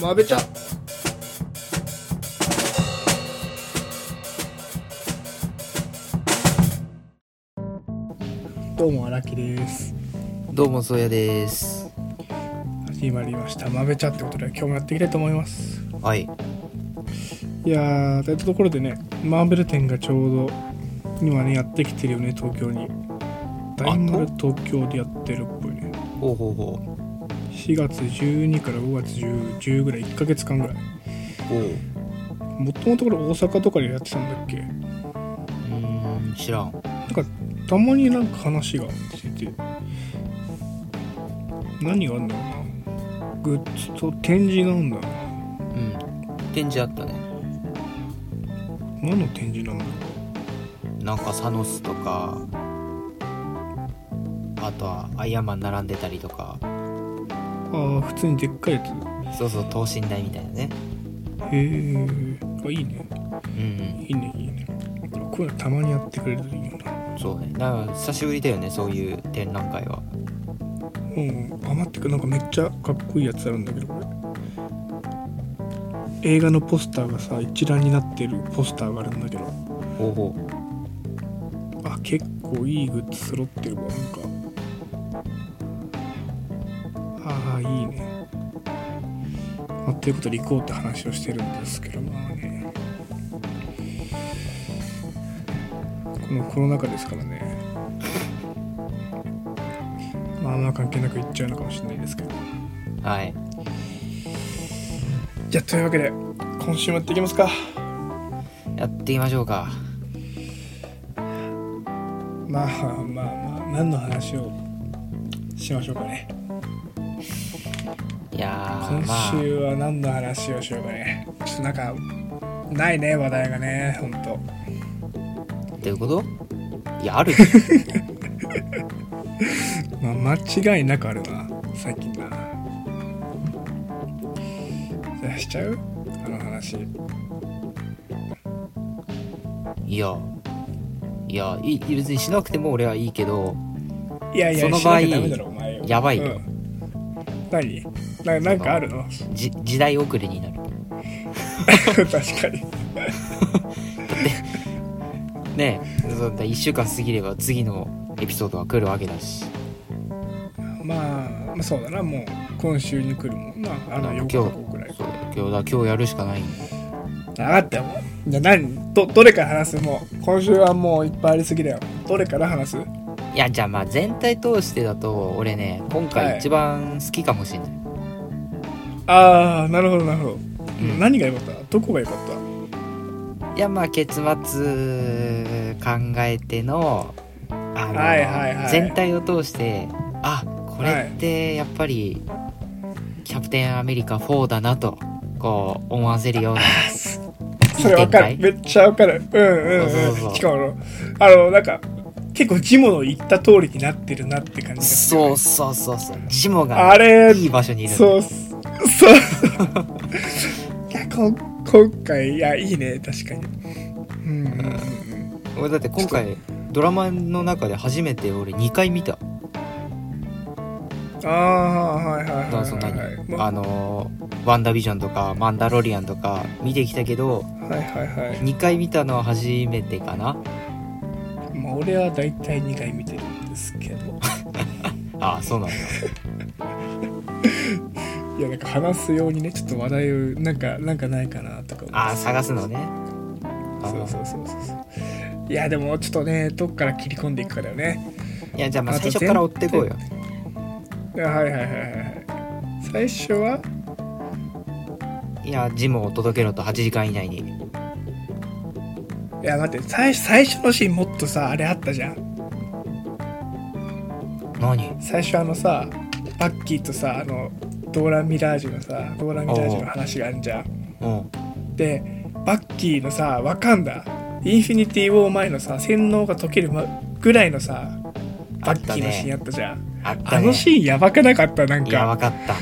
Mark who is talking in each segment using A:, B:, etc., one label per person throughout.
A: まべちゃ
B: どうも荒木です
C: どうもそうやです
B: 始まりましたまべちゃってことで今日もやっていきたいと思います
C: はい
B: いやーといったところでねマーベル展がちょうど今ねやってきてるよね東京に大丸東京でやってるっぽいね
C: ほうほうほ
B: 4月12から5月 10, 10ぐらい1ヶ月間ぐらいう
C: ほうう
B: もともとこれ大阪とかでやってたんだっけなん
C: ーん知らん
B: かたまになんか話が出てて何があるんだろうなグッズと展示があるんだよな
C: うん展示あったね
B: 何の展示なんだろう
C: なんかサノスとかあとはアイアンマン並んでたりとか
B: ああ普通にでっかいやつ
C: そうそう等身大みたいなね
B: へえあいいね
C: うん
B: いいねいいねこういうのたまにやってくれるといいよな
C: うんそうねなんか久しぶりだよねそういう展覧会は
B: うんあ待ってくなんかめっちゃかっこいいやつあるんだけどこれ映画のポスターがさ一覧になってるポスターがあるんだけど
C: ほうほ
B: あ結構いいグッズ揃ってるわなんかああいいね、まあ、ということで行こうって話をしてるんですけどまあねこのコロナ禍ですからね まあまあ関係なく行っちゃうのかもしれないですけど
C: うはいう
B: じゃあというわけで今週もやっていきますか
C: やってみましょうか
B: まあまあまあ何の話をしましょうかね
C: いやー
B: 今
C: まあ
B: 週は何の話をしようかねちょっとなんかないね話題がねほん
C: ど
B: と
C: ういうこといやあるじ
B: まあ間違いなくあるな最近なじゃあしちゃうあの話
C: ゃんいやいやいい別にしなくても俺はいいけど
B: いやいや
C: その
B: しな
C: 場合
B: きゃダメだろお前よ
C: やばいよ
B: うん、何ななんかあるの
C: じ時代遅れになる
B: 確かに
C: ねえそうだ1週間過ぎれば次のエピソードは来るわけだし
B: まあまあそうだなもう今週に来るもんなあの4
C: 今
B: 日
C: 日
B: 後くらい
C: そう今日だ今日やるしかないんだ
B: 分かったよじゃあ何どどれから話すもう今週はもういっぱいありすぎだよどれから話す
C: いやじゃあまあ全体通してだと俺ね今
B: はい
C: 回一番好きかもしれない、
B: ああなるほどなるほど、
C: ん
B: 何が良かったどこが良かった
C: い、やまあ結末考えてのあの、
B: はいはいはい
C: 全体を通してあこれってやっぱりキャプテンアメリカ4だなとこう思わせるような
B: それわかる
C: いい展
B: めっちゃわかるうんうんうん
C: そうそうそう
B: しかもあのあのなんか結構ジモの言った通りになってるなって感じがする
C: そうそうそうそうジモが
B: あれ
C: いい場所にいるんだ
B: そうっすそう いやこん今回いやいいね確かにうんうんうん
C: 俺だって今回ドラマの中で初めて俺2回見た
B: ああーはいはい
C: だからそ
B: は
C: の
B: い
C: 何、
B: はいはいま
C: あのーワンダービジョン」とか「マンダロリアン」とか見てきたけど
B: はいはいはい
C: 2回見たのは初めてかな
B: まあ俺は大体2回見てるんですけど
C: ああそうなんだ
B: いやなんか話すようにねちょっと話題をなんかなんかないかなとか思って
C: ああ探すのねあ
B: そう
C: ー
B: そうそうそうそういやでもちょっとねどっから切り込んでいくかだよね
C: いやじゃあまあ
B: あと
C: 最初から追ってこうよ
B: いやはいはいはいはい最初はい
C: やジムを届けろと8時間以内に
B: いや待って最最初のシーンもっとさあれあったじゃん
C: 何
B: 最初あのさバッキーとさあのドーラ・ミラージュのさドーラ・ミラージュの話があるじゃん
C: うん
B: でバッキーのさわかんだインフィニティ・ウォー前のさ洗脳が解けるまぐらいのさ
C: あ
B: バ
C: っ
B: ッ
C: た
B: キーのシーン
C: ね
B: あったじゃん
C: あった
B: あの
C: ね
B: シーンやばくなかったなん
C: いや
B: か
C: わかった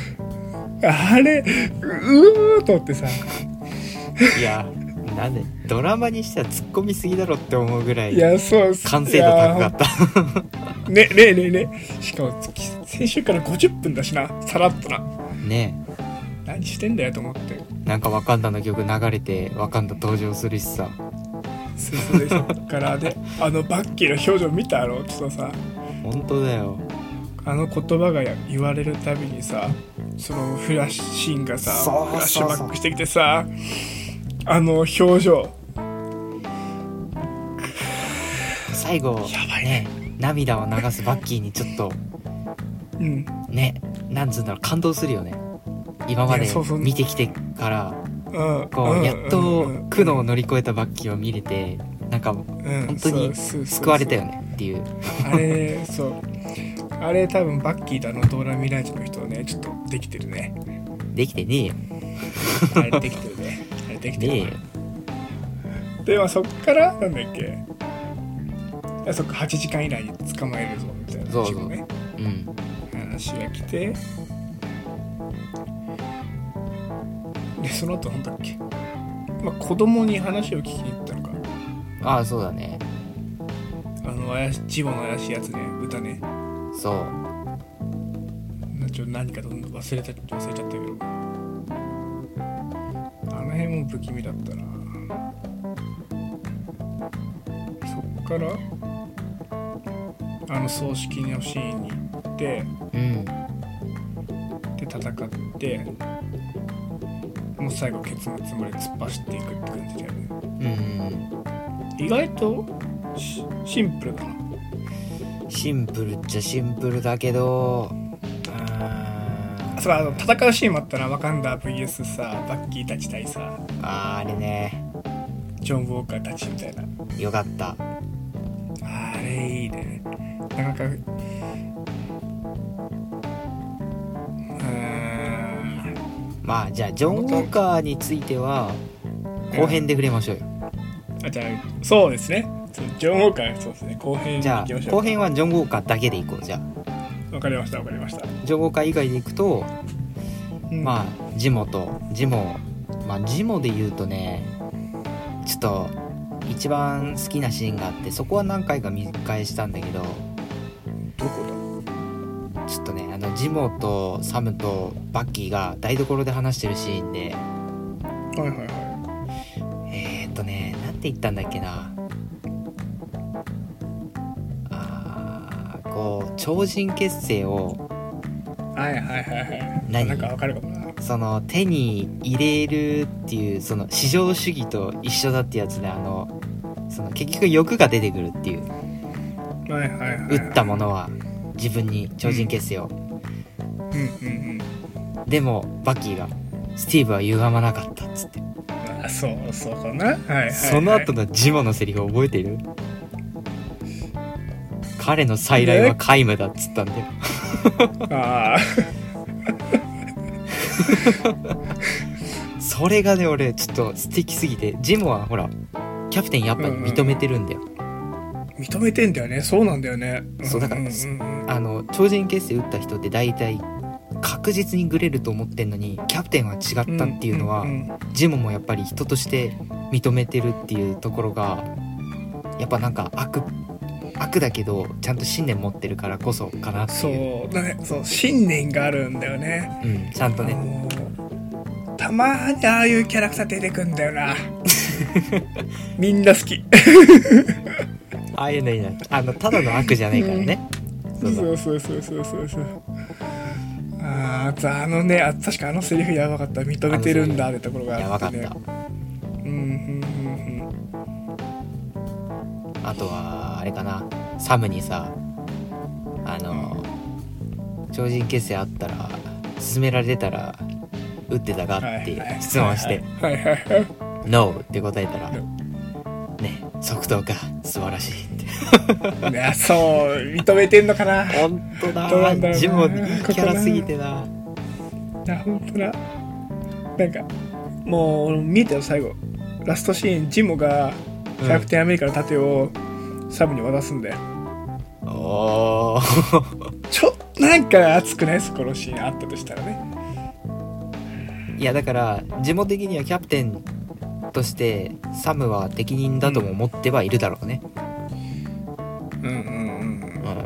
B: あれううーと思ってさ
C: いやなんでドラマにしては突っ込みすぎだろって思うぐら
B: い
C: い
B: やそうっす
C: 完成度高かった
B: いやねねねねしかもき先週から50分だしなさらっとな
C: ね
B: 何してんだよと思って
C: なんかワカンダの曲流れてワカンダ登場するしさ
B: そうそうでそっから であのバッキーの表情見たろってさ
C: 本当だよ
B: あの言葉が言われるたびにさそのフラッシンがさ
C: そうそうそう
B: フラッシュバックしてきてさあの表情
C: 最後
B: やばい
C: ね涙を流すバッキーにちょっと
B: うん
C: ねなんつうんだろう感動するよね今ま
B: い
C: で
B: やそうそう
C: 見てきてから
B: うん
C: こ
B: ん
C: うやっと苦悩を乗り越えたバッキーを見れてなんか
B: 本
C: 本当に救われたよねっていう
B: あれそうあれ多分バッキーだのドーラミラージュの人ねちょっとできてるね
C: できてねえよ
B: あれできてるねあれできて
C: ねえ
B: るね
C: よ
B: でまあそっからなんだっけあそっか8時間以内に捕まえるぞみたいな
C: そうそう
B: 話もね
C: うん
B: 話が来てでその後なんだっけ、まあ、子供に話を聞きに行ったのか
C: ああそうだね
B: あの怪しジボの怪しいやつね歌ね
C: そう
B: なちょっと何かどんどん忘れた忘れちゃったけどあの辺も不気味だったなそっからあの葬式のシーンに行って
C: うん
B: で戦ってもう最後結末まで突っ走っていくって感じだよね
C: うん
B: 意外とシシンプルだな
C: シンプルっちゃシンプルだけどあ
B: そうあの戦うシーンもあったなワカンダ VS さバッキーたち対さ
C: ああれね
B: ジョン・ウォーカーたちみたいな
C: よかった
B: あれいいねなかなかうーん
C: まあじゃあジョン・ウォーカーについては後編で触れましょうよ
B: あじゃあそうですねそうジョン・ウォーカーそうですね後編に
C: じゃ
B: 行
C: あ
B: きましょ
C: 後
B: う
C: 編はジョン・ウォーカーだけでいこうじゃあ
B: わかりましたわかりました、
C: ジョン・ウォーカー以外でいくと
B: うん
C: まあジモとジモまあジモで言うとねちょっと一番好きなシーンがあってそこは何回か見返したんだけど
B: どこだ
C: ちょっとねあのジモとサムとバッキーが台所で話してるシーンで
B: はいはいは
C: えー、っとねなんて言ったんだっけなあーこう超人結成を
B: いはいはいはいはい
C: 何
B: なんかわかるかもな
C: その手に入れるっていうその市場主義と一緒だってやつであのその結局欲が出てくるっていう
B: はいはいはいはい
C: 打ったものは自分に超人結成を、
B: うんうん
C: でもバッキーが「スティーブは歪まなかった」っつって、
B: うんあそうそうかなはいはい、はい、
C: その後
B: の
C: のジモのセリフ覚えてる彼の再来は皆無だっつったんだよ
B: ああ
C: それがね俺ちょっと素敵すぎてジモはほらキャプテンやっぱり認めてるんだよ、
B: 認めてんだよねそうなんだよね
C: そうだから
B: んんうん
C: あの超人結成打った人って大体確実にグレると思ってんのにキャプテンは違ったっていうのは、
B: んんん
C: ジモもやっぱり人として認めてるっていうところがやっぱなんか悪悪だけどちゃんと信念持ってるからこそかなって
B: そ
C: いう
B: うだねそう信念があるんだよね
C: う、ん、ちゃんと
B: あ
C: ね
B: のーたまにああいうキャラクター出てくんだ よなみんな好き
C: ああいうのいいなあのただの悪じゃないからね、 そうそう
B: そうそうそうそうそうそうあーあとあのねあ確かあのセリフやばかった認めてるんだってところ
C: や
B: があ
C: ば
B: って
C: かっ
B: ね
C: た
B: うんうんうん
C: あとはあれかなサムにさあの超人結成あったら勧められてたら打ってたか
B: うんはい
C: って
B: はい
C: 質問して「
B: はいはいはい
C: NO」って答えたら
B: う
C: 「ね即答か素晴らしい」って
B: いやそう認めてんのかな
C: 本当
B: どうなんだろう
C: だ
B: な
C: ジモンいいキャラすぎてな
B: な本当ななんかもう見てよ最後ラストシーンジモがキャプテンアメリカの盾をサブに渡すんだよ、
C: おお
B: ちょなんか熱くないですこのシーンあったとしたらね
C: いやだからジモン的にはキャプテンとしてサムは適任だとも思ってはいるだろうね、
B: うんうんうん
C: う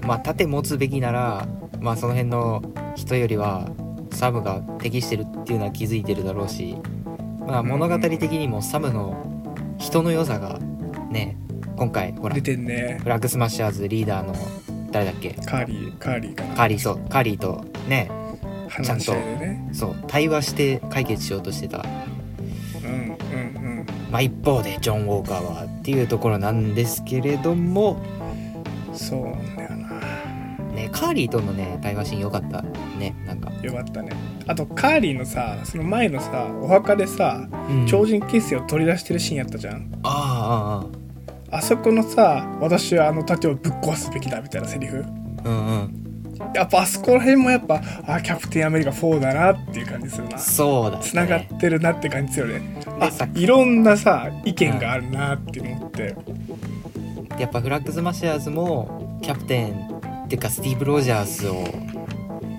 C: んまあ盾持つべきならまあその辺の人よりはサムが適してるっていうのは気づいてるだろうし、まあ、
B: うん
C: 物語的にもサムの人の良さがね今回ほら
B: 出てんね
C: フラッグスマッシャーズリーダーの誰だっけ
B: カーリーカーリーかな
C: カーリーそうカーリーとね
B: 話し合いでね
C: そう対話して解決しようとしてた、
B: うんうん
C: まあ、一方でジョン・ウォーカーはっていうところなんですけれども、
B: うんそうなんだよな
C: ね、カーリーとのね対話シーン良かったねなんか、
B: よかったねあとカーリーのさその前のさお墓でさ
C: うん
B: 超人結成を取り出してるシーンやったじゃん
C: あ
B: あそこのさ私はあの盾をぶっ壊すべきだみたいなセリフ
C: あああうんうん
B: やっぱあそこら辺もやっぱあキャプテンアメリカ4だなっていう感じするな
C: そうだ、ね、
B: つながってるなって感じするよねあ
C: さ
B: いろんなさ意見があるなって思って
C: やっぱフラッグスマッシャーズもキャプテンっていうかスティーブ・ロジャースを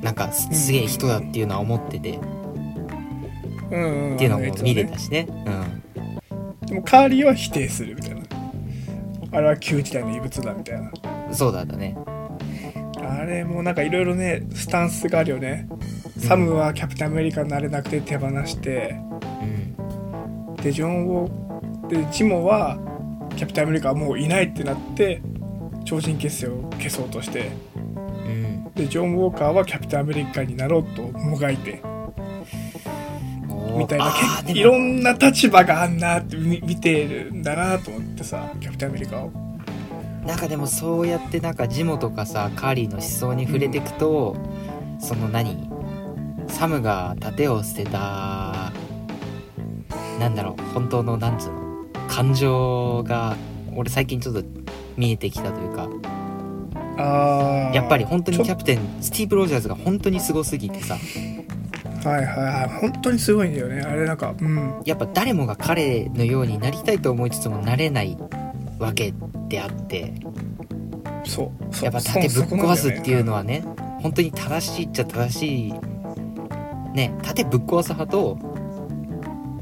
C: なんかすすげえ人だっていうのは思ってて、
B: うんうん
C: っていうの
B: あ
C: も
B: つはね
C: 見れたしねうん
B: でもカーリーは否定するみたいなあれは旧時代の遺物だみたいな
C: そうだったね
B: あれもなんかいろいろねスタンスがあるよねサムはキャプテンアメリカになれなくて手放して
C: うん
B: でジョンをでジモはキャプテンアメリカはもういないってなって超人結成を消そうとして
C: うん
B: でジョン・ウォーカーはキャプテンアメリカになろうともがいて
C: おー
B: みたいな
C: あーで
B: け
C: も
B: いろんな立場があんなってみ見てるんだなと思ってさキャプテンアメリカを
C: なんかでもそうやってなんかジモとかさカーリーの思想に触れてくと、その何サムが盾を捨てたなんだろう本当のなんつうの感情が俺最近ちょっと見えてきたというか
B: あー
C: やっぱり本当にキ
B: ち
C: ャ
B: ょ
C: プテンスティーブ・ロジャーズが本当にすごすぎてさ
B: はいはいはい本当にすごいんだよねあれなんかうん
C: やっぱ誰もが彼のようになりたいと思いつつもなれないわけであって
B: そうそう
C: やっぱ
B: そう
C: 盾ぶっ
B: そこなんだ
C: 壊
B: よ
C: す
B: ね
C: っていうのはね本当に正しいっちゃ正しいね盾ぶっ壊す派と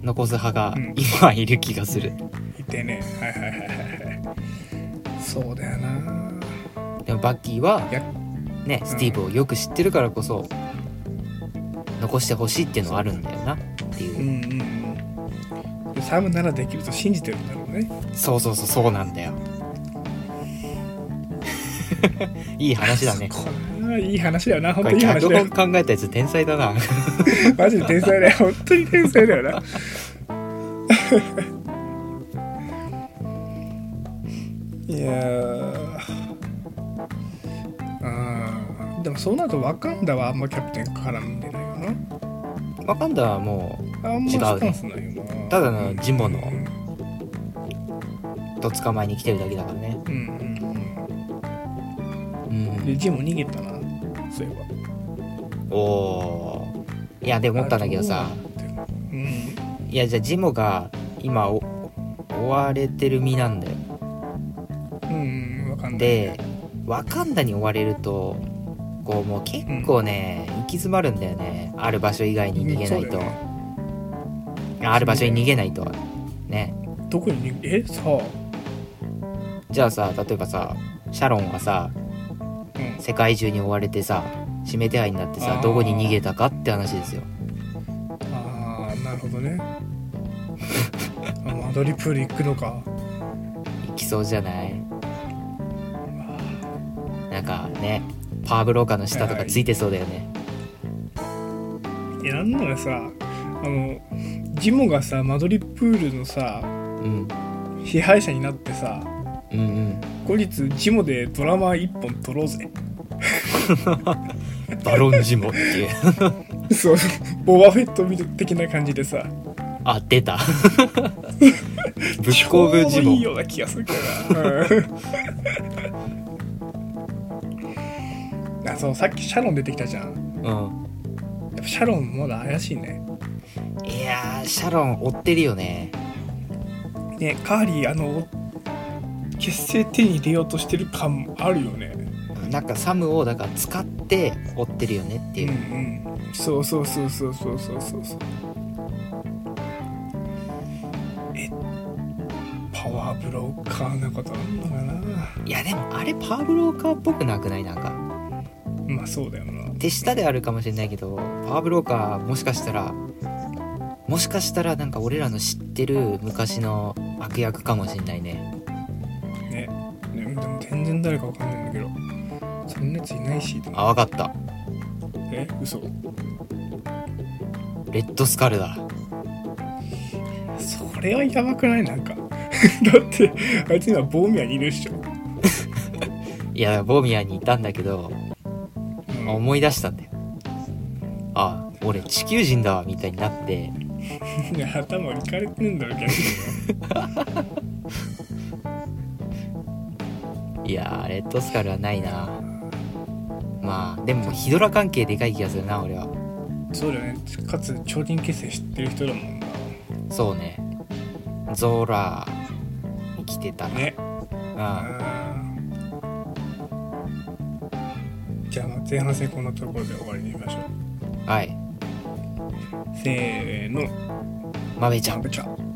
C: 残す派が
B: うん
C: 今いる気がする、
B: いてねはいはいはいはいはいそうだよな
C: でもバッキーはい
B: や
C: ねスティーブをよく知ってるからこそ残してほしいっていうのはあるんだよなって
B: う
C: いうん
B: うんうんサムならできると信じてるんだろうね
C: そうそうそうそうなんだ よいい話だね
B: これはいい話だ よな本
C: こ
B: 当に
C: れ
B: いい話
C: 脚
B: だよ
C: 本考えたやつ天才だな
B: マジで天才 だよ本当に天才だよな いやーうんでもそうなるとワカンダはあんまキャプテン絡んでないよ
C: わかんだはも
B: なあんまスタンスないよな、
C: ただのジモのうと捕まえに来てるだけだからね
B: うんうん
C: う
B: うんで
C: ん
B: ジモ逃げたなそういえば
C: おおーいやで思ったんだけどさ
B: うん
C: いやじゃあジモが今お追われてる身なんだよ
B: うんうんわかんない
C: でワカンダに追われるとこうもう結構ね、行き詰まるんだよねある場所以外に逃げない
B: うんそ
C: と、
B: うだよね
C: あある場所に逃げないとね
B: どこに逃げえさあ
C: じゃあさ例えばさシャロンはさ
B: うん
C: 世界中に追われてさ指名手配になって
B: あ
C: さ
B: ー
C: どこに逃げたかって話ですよ
B: ああなるほどね あマドリプール行くのか
C: 行きそうじゃないなんかねパーブローカーの下とかついてそうだよね
B: いやなんならさあのジモがさマドリプールのさ
C: うん
B: 支配者になってさ
C: うん うん
B: 後日ジモでドラマ1本撮ろう ぜ
C: バロンジモって いう
B: そうボバフェット的な感じでさ
C: あ出 たぶっこぶジ
B: ちょうどいい
C: モ
B: ような気がす るから、うん、 あそうさっきシャロン出てきたじゃん
C: うん
B: やっぱシャロンまだ怪しいね
C: いやーシャロン追ってるよね
B: ねカーリーあの結成手に入れようとしてる感もあるよね
C: なんかサムをだから使って追ってるよねって
B: う
C: い
B: ん
C: う、
B: うんそうそうそうそうそうそうそうそうえパワーブローカーなことあんのかない
C: やでもあれパーブローカーっぽくなくないなんか
B: まあそうだよな
C: 手下であるかもしれないけどパワーブローカーもしかしたらもしかしたらなんか俺らの知ってる昔の悪役かもしれないね
B: ねでもでも全然誰かわかんないんだけどそんなやついないしと思
C: あわかった
B: ってえ嘘
C: レッドスカルだ
B: それはやばくないなんか だってあいつ今ボーミアにいるっしょ、
C: いやボーミアにいたんだけど
B: うん
C: 思い出したんだよあ俺地球人だわみたいになって
B: いや頭いかれてんだろ逆に
C: いやーレッドスカルはないなまあでもヒドラ関係でかい気がするな俺は
B: そうだよねかつ超人結成知ってる人だもんな
C: そうねゾーラ生きてたら、
B: ね
C: うん
B: うんじゃあまあ前半戦こんなところで終わりにしましょう
C: はい
B: せーの
C: まめちゃ
B: ア
C: ん
B: ブチャ